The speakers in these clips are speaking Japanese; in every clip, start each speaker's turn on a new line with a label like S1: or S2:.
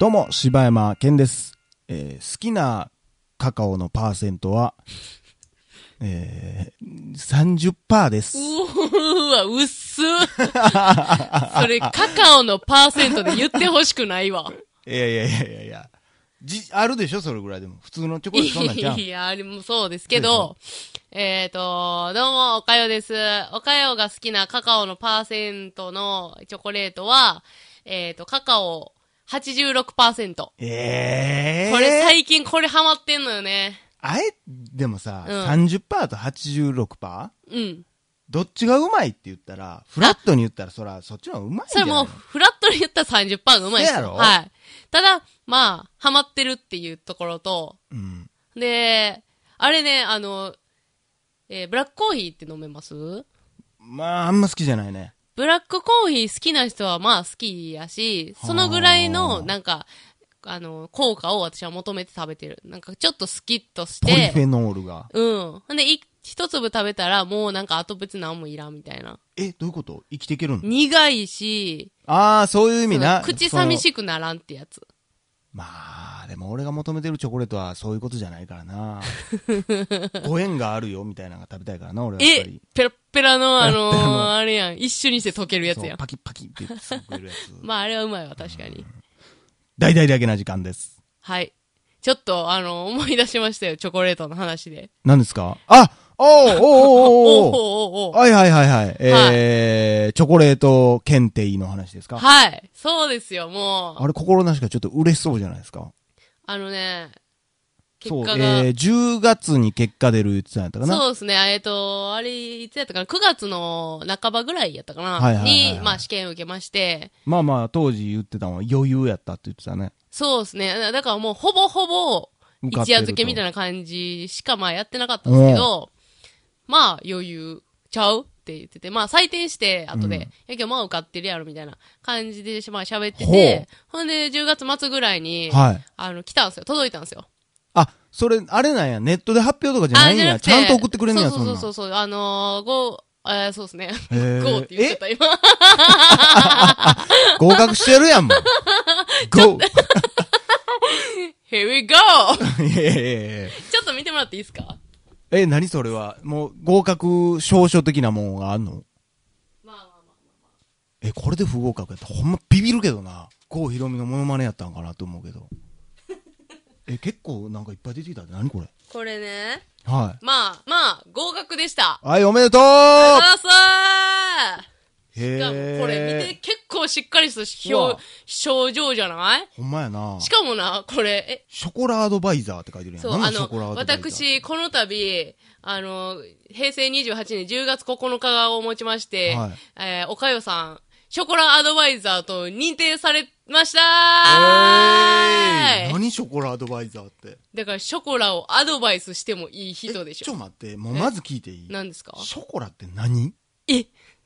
S1: どうも、柴山健です。えー好きなカカオのパーセントは、えー、30%です。
S2: うーわ、薄っ。 それ、カカオのパーセントで言ってほしくないわ。
S1: いやいやいやいやいや。じ、あるでしょそれぐら いでも。普通のチョコレートそんなんじゃん。
S2: いや、あれもそうですけど、えっ、と、どうも、おかよです。おかよが好きなカカオのパーセントのチョコレートは、えっ、と、カカオ86%。こ
S1: ええー。
S2: れ最近これハマってんのよね。
S1: あえ、でもさ、
S2: うん
S1: 30%と 86%?
S2: うん。
S1: どっちがうまいって言ったら、フラットに言ったら、そら、そっちの方がうまいん
S2: そ
S1: じゃ
S2: れ
S1: ない
S2: もう、フラットに言ったら30%がうまいです
S1: せや
S2: よ。
S1: ろ
S2: はい。ただ、まあ、ハマってるっていうところと、
S1: うん。
S2: で、あれね、あの、えーブラックコーヒーって飲めます
S1: まあ、あんま好きじゃないね。
S2: ブラックコーヒー好きな人はまあ好きやし、そのぐらいの、なんか、あの、効果を私は求めて食べてる。なんかちょっとスキッとし
S1: ポリフェ
S2: て、
S1: ノールが。
S2: うん。ほんで、い一粒食べたらもうなんかあと別なんもいらんみたいな。
S1: え、どういうこと生きていけるの
S2: 苦いし、
S1: ああ、そういう意味な。
S2: その口寂
S1: い。
S2: しくならんってやつ。
S1: まあ、でも俺が求めてるチョコレートはそういうことじゃないから な。ご縁があるよ、みたいなのが食べたいからな、俺はやっぱ
S2: え
S1: り。
S2: ペラッペラのあ の
S1: ペラッペラ
S2: ー
S1: の
S2: あれやん。一緒にして溶けるやつ
S1: そ
S2: や。
S1: うんパキッパキッってすぐ食えるやつ。
S2: まああれはうまいわ、確かに。
S1: 大々だけな時間です。
S2: はい。ちょっと、あの、 思い出しましたよ、チョコレートの話で。
S1: 何ですかあおーおーおーおーおー
S2: おうおうおう
S1: はいはいはいはい。えー、チョコレート検定の話ですか
S2: はい。そうですよ、もう。
S1: あれ、心なしかちょっと嬉しそうじゃないですか。
S2: あのね、結
S1: そう、
S2: 果が。
S1: えー、10月に結果出る言ってたんやったかな。
S2: そうですね。えっ、と、あれ、いつやったかな ?9 月の半ばぐらいやったか
S1: は
S2: な、
S1: いはいはいはい
S2: に、まあ試験受けまして、
S1: まあまあ、当時言ってたのは余裕やったって言ってたね。
S2: そうですね。だからもうほぼほぼ、
S1: 受かってると
S2: 一夜漬けみたいな感じしかまあやってなかったんですけど、まあ余裕ちゃうって言ってて、まあ採点して後で、
S1: うん
S2: いやけどまあ受かってるやろみたいな感じでまあ喋って
S1: ほ
S2: て、ほんで10月末ぐらいに、
S1: はい。
S2: あの来たんですよ。届いたんですよ。
S1: あ、それ、あれなんや、ネットで発表とかじゃないんや。
S2: く
S1: ちゃんと送ってくれんねや、
S2: そう
S1: そん
S2: そ
S1: な。
S2: うんそうそうそう。あのー、ご、えー、そうですね。
S1: へー
S2: ゴーって言っちゃった、今。
S1: 合格してるやん、 もう。ゴ
S2: Here we go!
S1: ー いやいやいやいや
S2: ちょっと見てもらっていいですか
S1: え、何それはもう、合格証書的なもんがあんの
S2: まあまあまあ。
S1: え、これで不合格やったらほんまビビるけどな。郷ひろみのモノマネやったんかなと思うけ ど。え、結構なんかいっぱい出てきたね。何これ
S2: これね、
S1: はい。
S2: まあまあ、合格でした。
S1: はい、おめでとう
S2: あ
S1: へ
S2: らさーしか
S1: え。
S2: もこれ見て、結構しっかりした
S1: う
S2: 表
S1: わ、
S2: 症状じゃない
S1: ほんまやな。
S2: しかもな、これ、え、
S1: ショコラアドバイザーって書いてるやん。
S2: そう、
S1: なん
S2: あ
S1: でショコラア
S2: の、
S1: ドバイザー。
S2: 私、この度、あの、平成28年10月9日をもちまして、
S1: はい
S2: えーおかよさん、ショコラアドバイザーと認定されました
S1: えー
S2: ー
S1: 何ショコラアドバイザーって。
S2: だから、ショコラをアドバイスしてもいい人でし
S1: えちょ
S2: ょ。
S1: 待って、もうまず聞いていい
S2: 何ですか
S1: ショコラって何
S2: え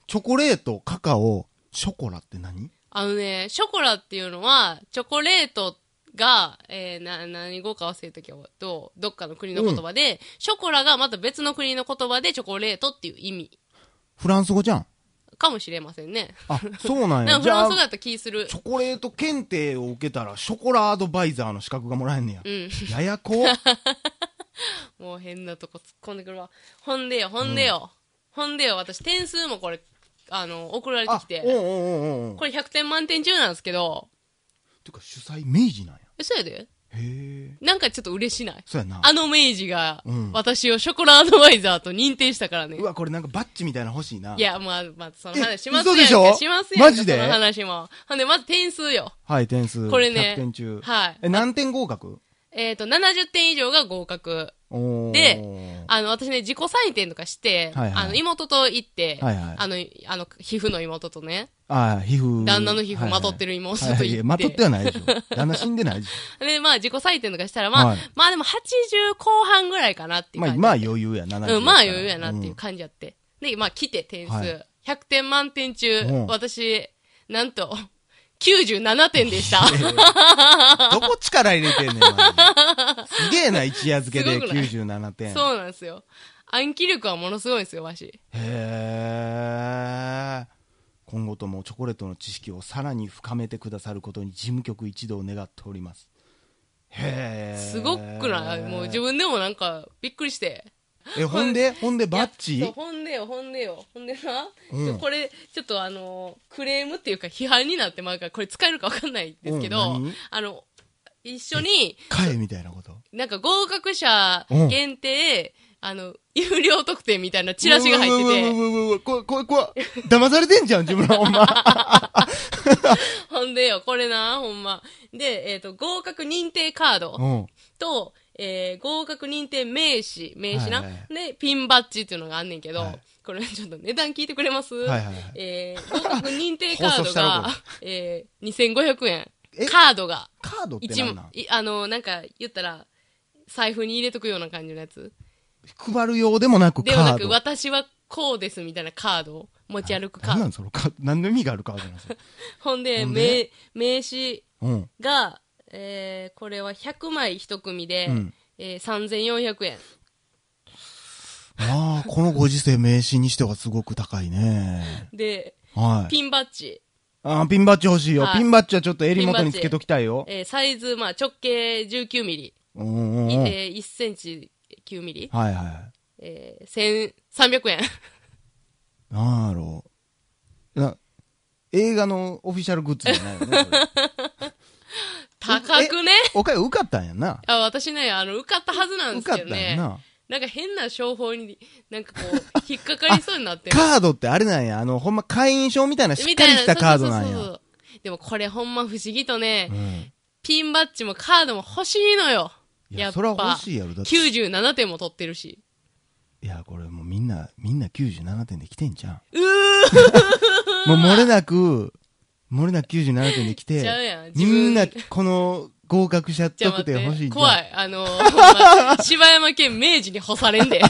S1: チョコレート、カカオ、ショコラって何
S2: あのね、ショコラっていうのは、チョコレートが、えーな、何語か忘れたけど、どっかの国の言葉で、ショコラがまた別の国の言葉でチョコレートっていう意味
S1: フランス語じゃん。
S2: かもしれませんね。
S1: あ、そうなん
S2: な
S1: や。
S2: んかフ
S1: じ
S2: ラ
S1: ゃ
S2: ンス語だ
S1: あ、
S2: った気する
S1: チ。ョコレート検定を受けたら、ショコラアドバイザーの資格がもらえんねや。
S2: うん。
S1: やや こ
S2: もう変なとこ突っ込んでくるわ。ほんでよ、ほんでよ。ほんでよ、私点数もこれ、あの、送られて
S1: あ
S2: き、
S1: おう
S2: て。
S1: おうおうおう
S2: これ100点満点中なんですけど、
S1: てか、主催明治なんや。
S2: えそうや
S1: へ
S2: で
S1: え。
S2: なんかちょっと嬉しない
S1: そうやな。
S2: あの明治が
S1: うん、
S2: 私をショコラアドバイザーと認定したからね
S1: う。わ、これなんかバッジみたいなの欲しいな。
S2: いや、まあ、まあ、その
S1: え
S2: 話します
S1: 嘘
S2: よ。
S1: でしょ
S2: しますよ。
S1: マジで
S2: その話も。ほんで、まず点数よ。
S1: はい、点数。
S2: これね
S1: 100点中。
S2: はい
S1: え、何点合格
S2: えっ、と、70点以上が合格。
S1: おー
S2: で、あの、私ね、自己採点とかして、
S1: はいはい
S2: あの、妹と行って、
S1: はいはい
S2: あの、あの、皮膚の妹とね、
S1: ああ、皮膚。
S2: 旦那の皮膚まとって
S1: る。
S2: る妹と
S1: はいは
S2: 行って、
S1: いいや、まとってはないでしょ。旦那死んでないでし
S2: で、まあ、自己採点とかしたら、まあ、
S1: はい
S2: まあでも80後半ぐらいかなって
S1: ょ。ま
S2: いう
S1: あ、
S2: 感じ。
S1: まあ余裕や、70
S2: うん、まあ余裕やなってい
S1: ん
S2: う感じやって。で、まあ来て点数。
S1: はい
S2: 100点満点中、
S1: うん
S2: 私、なんと、97点でした。
S1: どこ力入れてんねん、マジですげえな、一夜漬けです
S2: ごくない
S1: 97点。
S2: そうなんですよ。暗記力はものすごいんですよ、わし。
S1: へえ。今後ともチョコレートの知識をさらに深めてくださることに事務局一同願っておりますへえ
S2: すごくないもう自分でもなんか、びっくりして。
S1: えほんでほんでバッ
S2: いや
S1: チ
S2: そうほんでよ、ほんでよ。ほんでな、
S1: うん
S2: ちょこれ、ちょっとあの、クレームっていうか批判になってまうから、これ使えるかわかんないんですけど、
S1: うん何
S2: あの、一緒に、
S1: 買えみたいなこと
S2: なんか合格者
S1: うん
S2: 限定、あの、有料特典みたいなチラシが入って
S1: う
S2: て、
S1: わうわうわうわうわ怖い怖い怖い騙されてんじゃん自分らほんま
S2: ほんでよ、これな、ほんま。で、えっ、と、合格認定カード
S1: うん
S2: と、えー合格認定名刺、名刺な、
S1: はいはい
S2: で、ピンバッジっていうのがあんねんけど、
S1: はい
S2: これちょっと値段聞いてくれます、
S1: はいはいはい
S2: えー、合格認定カー
S1: 放送
S2: ド
S1: したろ
S2: が
S1: これ、
S2: えー、2500円
S1: え。
S2: カードが、
S1: カードって
S2: 一
S1: 何
S2: 万
S1: なん、
S2: いあの、なんか言ったら、財布に入れとくような感じのやつ。
S1: 配るようでもなく
S2: では
S1: カ
S2: な
S1: ー
S2: く、
S1: ド
S2: 私はこうですみたいなカードを持ち歩くカ
S1: 何
S2: ー
S1: な
S2: ド。
S1: んそのカード何の意味があるカードなんですか
S2: ほんで、
S1: ほんで
S2: 名、名刺
S1: うん
S2: が、えー、これは100枚一組で、
S1: うん
S2: えー、3400円。
S1: まあこのご時世名刺にしてはすごく高いね
S2: で、
S1: はい
S2: ピンバッジ。
S1: あーピンバッジ欲しいよ
S2: はい
S1: ピンバッジはちょっと襟元につけときたいよ
S2: えーサイズ、まあ、直径19ミリ、
S1: うんうん
S2: い
S1: うんはい
S2: えー1センチ9ミリ、
S1: はいはい
S2: えー、1300円。
S1: なんやろうな映画のオフィシャルグッズじゃないよねこれ
S2: 高くね
S1: おかゆ受かったんやんな
S2: あ私ね、あの、受かったはずなんで
S1: 受
S2: す
S1: かっ
S2: け
S1: た
S2: ど
S1: んや
S2: ね。
S1: ん
S2: な
S1: なん
S2: か変な商法に、なんかこ う、引っかかりそうになってる
S1: カードってあれなんやあのほんま会員証みたいなしっかりしたカードなん
S2: そうそう
S1: や
S2: そうそうでもこれほんま不思議とね、
S1: うん
S2: ピンバッジもカードも欲しいのよ。
S1: い
S2: や
S1: や
S2: っぱ
S1: それは欲しいやろだって
S2: 97点も取ってるし。
S1: いやこれもうみんなみんな97点で来てんじゃん
S2: うー
S1: もう漏れなく、漏れなく97点で来
S2: ちゃうや
S1: て、
S2: ん自
S1: み
S2: 分
S1: んなこの合格者
S2: じゃあ
S1: 特
S2: 待って
S1: 典欲しいんじゃん
S2: 怖い。あのー、ほんま、 柴山県明治に干されんで。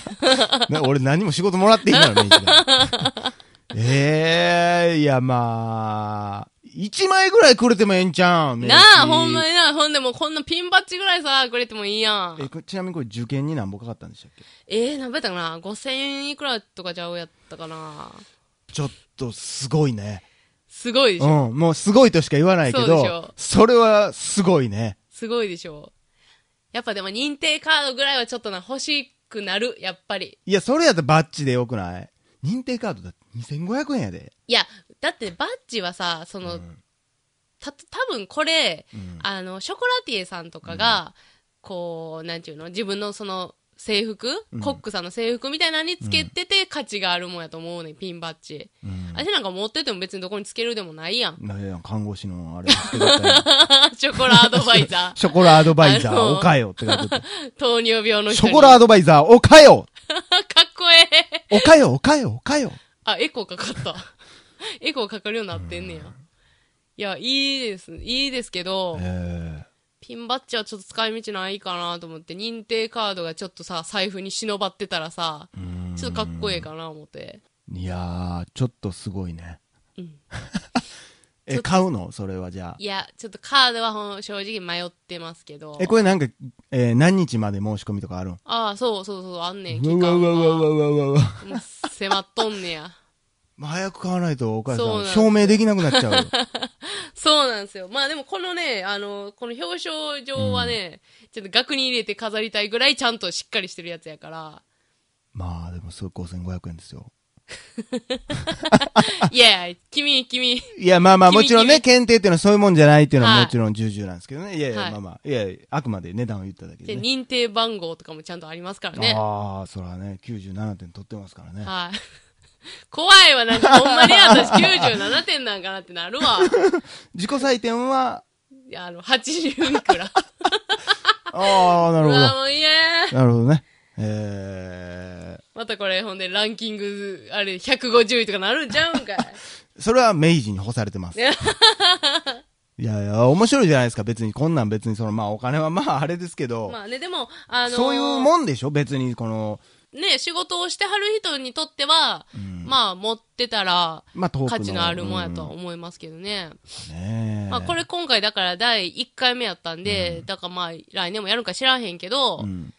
S1: な俺何も仕事もらっていい からね、一番ええいやまあ、1枚ぐらいくれてもええんちゃうん。
S2: なあ、ほんまにな。ほんでもうこんなピンバッジぐらいさ、くれてもいいや
S1: え
S2: ん。
S1: こちなみにこれ受験に何ぼかかったんでしたっけ
S2: えー、何倍やったかな ?5000 円いくらとかちゃうやったかな
S1: ちょっとすごいね。
S2: すごいでし
S1: う
S2: ょ。
S1: ん、もうすごいとしか言わないけ
S2: そうでしょ
S1: ど、それはすごいね。
S2: すごいでしょ。やっぱでも認定カードぐらいはちょっとな、欲しくなる、やっぱり。
S1: いや、それやったらバッジでよくない認定カードだって2500円やで。
S2: いや、だってバッジはさ、その、
S1: うん
S2: た、多分これ、
S1: うん
S2: あの、ショコラティエさんとかが、こう、なんていうの自分のその、制服、
S1: うん
S2: コックさんの制服みたいなのにつけてて価値があるもんやと思うねん、ピンバッジ。
S1: うん
S2: 私なんか持ってても別にどこにつけるでもないやん。
S1: なんや、看護師のあれですけど、 シ
S2: ショコラアドバイザ
S1: ョコラアドバイザ
S2: あの
S1: ー、おかよって書いてあった
S2: ー。糖尿病の
S1: シ
S2: 人に。
S1: ョコラアドバイザー、おかよ
S2: かっこええ。
S1: おかよ、おかよ、おかよ。
S2: あ、エコーかかった。 エコーかかるようになってんねや。いや、いいです。いいですけど、
S1: え
S2: ピンバッジはちょっと使い道ないかなと思って、認定カードがちょっとさ、財布に忍ばってたらさ、
S1: えうん
S2: ちょっとかっこええかな思って。
S1: いやー、ちょっとすごいね。
S2: うん。
S1: え、買うのそれはじゃあ
S2: い。や、ちょっとカードはほん正直迷ってますけど。
S1: え、これなんか、えー何日まで申し込みとかあるん
S2: ああ、そうそうそう、あんねん。期間
S1: うわうわうわうわ
S2: が
S1: うわうわうわ。
S2: もう迫っとんねや。
S1: まあ早く買わないと、おかよ
S2: そ
S1: さん、
S2: うなんです
S1: 証明できなくなっちゃ うよ。
S2: そうなんですよ。まあでもこのね、あの、この表彰状はね、ちょっと額に入れて飾りたいぐらいちゃんとしっかりしてるやつやから。
S1: まあ、でも、それ5500円ですよ。
S2: いやいや、君、君。
S1: いや、まあまあ、もちろんね、検
S2: 君
S1: 定っていうのはそういうもんじゃないっていうの
S2: は
S1: はいもちろん重々なんですけどね。いやいや、
S2: はい
S1: まあまあ、いやいや、あくまで値段を言っただけ
S2: で、
S1: でね。
S2: 認定番号とかもちゃんとありますからね。
S1: ああ、そらね、97点取ってますからね。
S2: はい。 怖いわ、なんかほんまに私97点なんかなってなるわ。
S1: 自己採点は、
S2: いや、あの、80いくら。
S1: ああ、な
S2: う
S1: るほ
S2: わ、
S1: ど。
S2: もういや
S1: なるほどね。え
S2: またこれ、ほんで、ランキング、あれ、150位とかなるんち ゃうんかい。
S1: ー、それは明治に干されて ます。い
S2: ね
S1: やいや、面白いじゃないですか、別に。こんなん別に、その、まあお金はまああれですけど、
S2: まあね、でも、あのー
S1: そういうもんでしょ別に、この、
S2: ね、仕事をしてはる人にとっては、
S1: うん
S2: まあ、持ってたら、
S1: まあトークの。
S2: 価値のあるもんやとは
S1: うん
S2: 思いますけどね。
S1: ねえ
S2: まあ、これ、今回だから第1回目やったんで、だからまあ、来年もやるんか知らんへんけど
S1: う、ん。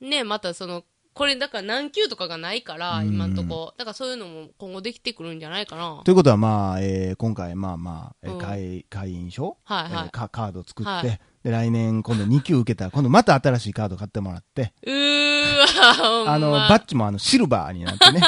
S2: ね、またその、これ、だから何級とかがないから、
S1: うん
S2: 今んとこ。だからそういうのも今後できてくるんじゃないかな。
S1: ということは、まあ、えー今回、まあまあ、えー
S2: うん
S1: 会会員証、
S2: はいはい
S1: えーかカード作って、
S2: はい
S1: で、来年今度2級受けたら、今度また新しいカード買ってもらって、
S2: うーわ、ほんま
S1: あの、バッジもあの、シルバーになって ね、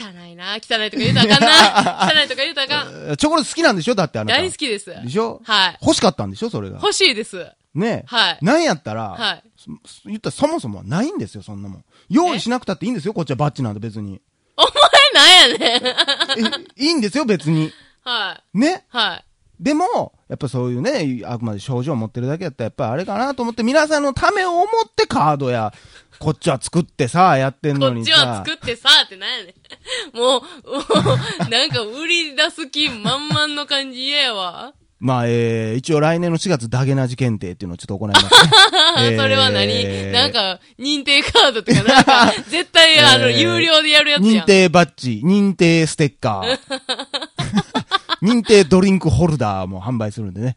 S2: 汚いな、汚いとか言うたらあ かんな。汚いとか言うたらあかん。
S1: えーチョコレート好きなんでしょだってあなた。
S2: 大好きです。
S1: でしょ
S2: はい。
S1: 欲しかったんでしょそれが。
S2: 欲しいです。
S1: ね
S2: はい
S1: なんやったら、
S2: はい。
S1: そそ言ったらそもそもはないんですよ、そんなもん。用意しなくたっていいんですよ、こっちはバッジなんて別に。
S2: お前なんやねん。
S1: えいいんですよ、別に。
S2: はい。
S1: ね
S2: はい。
S1: でも、やっぱそういうね、あくまで症状を持ってるだけやったら、やっぱりあれかなと思って、皆さんのためを思ってカードや、こっちは作ってさ、やってん
S2: こ
S1: の
S2: っ
S1: に
S2: ち
S1: さ。
S2: は作ってさ、ってなんやねん。 もう、もうなんか売り出す気満々の感じ嫌やわ。
S1: まあ、えー、一応来年の4月、ダゲな字検定っていうのをちょっと行いますね。え ー
S2: それは何なんか、認定カードとか、なん か、絶対、あの、
S1: えー
S2: 有料でやるやつや
S1: 認
S2: ん。
S1: 定バッジ、認定ステッカ ー。認定ドリンクホルダーも販売するんでね。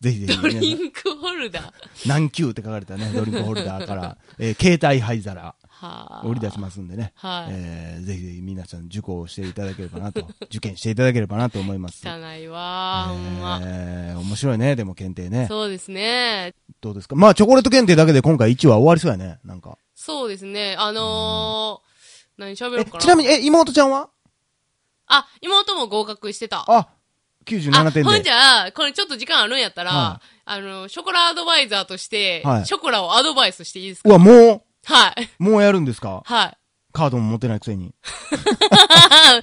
S1: ぜひぜひ、
S2: ドリ
S1: ね。
S2: ンクホルダー。は
S1: 何級って書かれたね、ドリンクホルダーから、えー携帯灰皿。
S2: あ。
S1: 売り出しますんでね、
S2: はい
S1: えーぜひぜひ皆さん受講していただければな と受験していただければなと思います、
S2: 汚いわ、ほんま。
S1: えー面白いねでも検定ね
S2: そうですね。
S1: どうですかまあチョコレート検定だけで今回1話終わりそうやねなんか
S2: そうですね。あのー、何喋ろ
S1: え
S2: うかな。
S1: ちなみにえ妹ちゃんは
S2: あ、妹も合格してた。
S1: あ
S2: あ、
S1: 97点
S2: ほん
S1: で
S2: じゃ、これちょっと時間あるんやったら、
S1: は
S2: あの、ショコラアドバイザーとして、
S1: はい
S2: ショコラをアドバイスしていいですか
S1: うわも
S2: はい。
S1: うもうやるんですか
S2: はい。
S1: カードも持ってないくせに
S2: なんや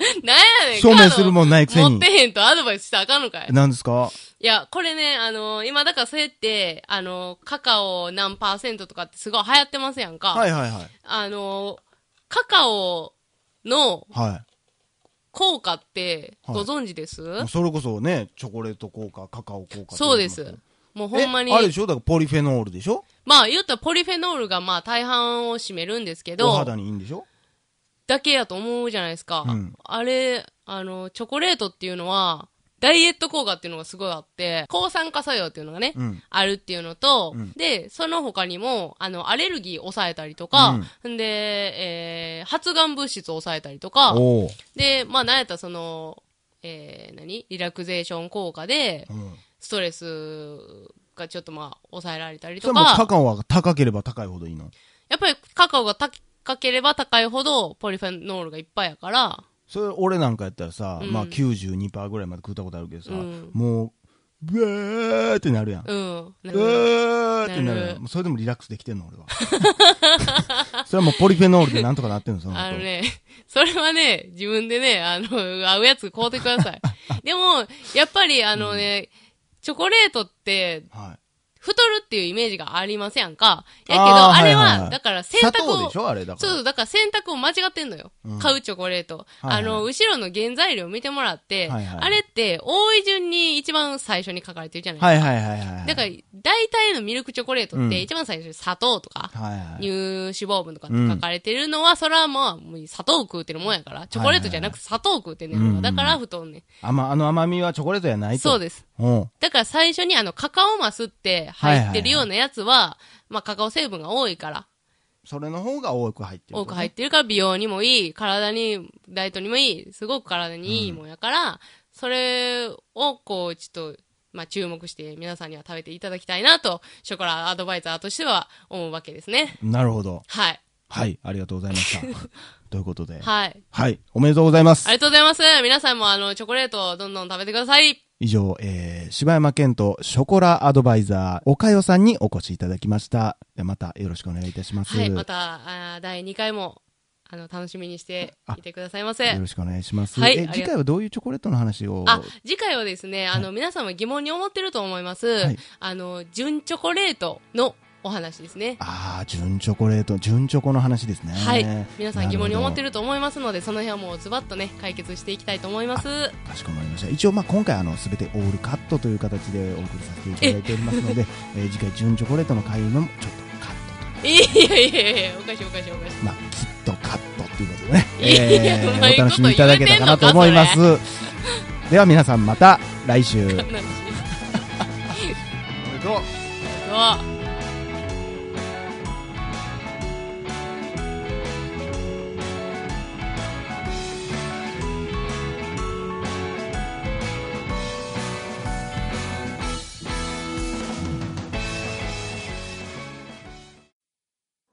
S2: ねん。
S1: 証明するもんないくせに
S2: 持ってへんとアドバイスしたらあかんのかい。
S1: 何ですか
S2: いや、これね、あの今だからそうやって、あのカカオ何パーセントとかってすごい流行ってますやんか。
S1: はいはいはい
S2: あのカカオの
S1: は
S2: 効果って
S1: はい
S2: ご存知です、
S1: いもうそれこそねチョコレート効果カカオ効果
S2: そうです。もうほ
S1: ほ
S2: ん
S1: ん
S2: ま
S1: ま
S2: に
S1: にあ。れでしょだからポリフェノールでしょ
S2: まあ言ったらポリフェノールがまあ大半を占めるんですけ
S1: お
S2: ど、
S1: 肌にいいんでしょ
S2: だけやと思うじゃないですか。
S1: うん
S2: あれ、あの、チョコレートっていうのは、ダイエット効果っていうのがすごいあって、抗酸化作用っていうのがね、
S1: うん
S2: あるっていうのと、
S1: うん
S2: で、その他にも、あの、アレルギーを抑えたりとか、ん、で、えー発がん物質を抑えたりとか、
S1: おお
S2: で、まあ、なんやったらその、えー何リラクゼーション効果で、
S1: うん
S2: ストレスがちょっとまあ、抑えられたり
S1: そ
S2: と
S1: れもカ
S2: か、
S1: カオは高ければ高いほどいいの
S2: やっぱりカカオが高ければ高いほど、ポリフェノールがいっぱいやから、
S1: それ俺なんかやったらさ、
S2: うん
S1: まあ92%ぐらいまで食ったことあるけどさ、
S2: うん
S1: もうブエーってなるやん、
S2: うん。
S1: ブ
S2: なるほど
S1: エーってなる
S2: な
S1: や
S2: る
S1: んもうそれでもリラックスできてんの 俺はそれはもうポリフェノールでなんとかなってんのその
S2: あの
S1: 後
S2: ね、 それはね、自分でね、あの、合うやつ買うてください。 でも、やっぱりあのね、チョコレートって、
S1: はい
S2: 太るっていうイメージがありませんかやけど、
S1: あ
S2: あ
S1: ー
S2: れ
S1: はいはいは
S2: は、
S1: い
S2: だから選
S1: 砂
S2: 択
S1: 糖
S2: を
S1: でし、ょあれだか
S2: そ
S1: ら
S2: うそう、だから選択を間違ってんのよ。
S1: うん
S2: 買うチョコレート。
S1: はいはい
S2: あの、後ろの原材料見てもらって、
S1: はいはい
S2: あれって、多い順に一番最初に書かれてるじゃないですか。
S1: はいはいはいはい
S2: だから、大体のミルクチョコレートっ
S1: うん
S2: て、一番最初に砂糖とか、
S1: はいはい
S2: 乳脂肪分とかって書かれてるのは、それはまあ、もう砂糖食うてるもんやから、チョコレートじゃなくて砂糖食うてんねんから、
S1: うんうん
S2: だから太んね
S1: あ,、まあの甘みはチョコレートやない
S2: ん。
S1: と
S2: そうです。
S1: うん
S2: だから最初にあの、カカオマスって入ってるようなやつは、まあカカオ成分が多いから、
S1: それの方が多く入ってる
S2: 多く入
S1: っ
S2: ってるから美容にもいい、体に、ダイエットにもいい、すごく体にいいもんやから、それをこう、ちょっと、まあ注目して皆さんには食べていただきたいなと、ショコラアドバイザーとしては思うわけですね。
S1: なるほど
S2: はい。
S1: はいありがとうございました ということではい、
S2: はい。
S1: おめでとうございます
S2: ありがとうございます。皆さんもあの、チョコレートをどんどん食べてください。
S1: 以上、えー、柴山健とショコラアドバイザー、岡代さんにお越しいただきました。でまたよろしくお願いいたします。
S2: はい。また、あー第2回も、あの、楽しみにしていてくださいませ
S1: よ。ろしくお願いします。
S2: はいあり
S1: え
S2: が
S1: 次回はどういうチョコレートの話を
S2: あ、次回はですね、あの、皆さんも疑問に思ってると思います。
S1: はい
S2: あの、純チョコレートのお話ですね。
S1: あー、純チョコレート、純チョコの話ですね。
S2: はい。皆さん疑問に思って
S1: る
S2: ると思いますので、その辺はもうズバッとね、解決していきたいと思います。
S1: ほど。かしこまりました。一応、まあ、今回、あの、すべてオールカットという形でお送りさせていただいておりますので、えー次回、純チョコレートの会員もちょっとカットと。
S2: いやいやいやいや、おかしいおかしいおかしい。
S1: まあ、きっとカットっていうことでね、
S2: い
S1: お
S2: やうまいこと言えてんのか
S1: 楽しみいただけたかなと思います。では皆さんまた来週。
S2: 悲しい。うわ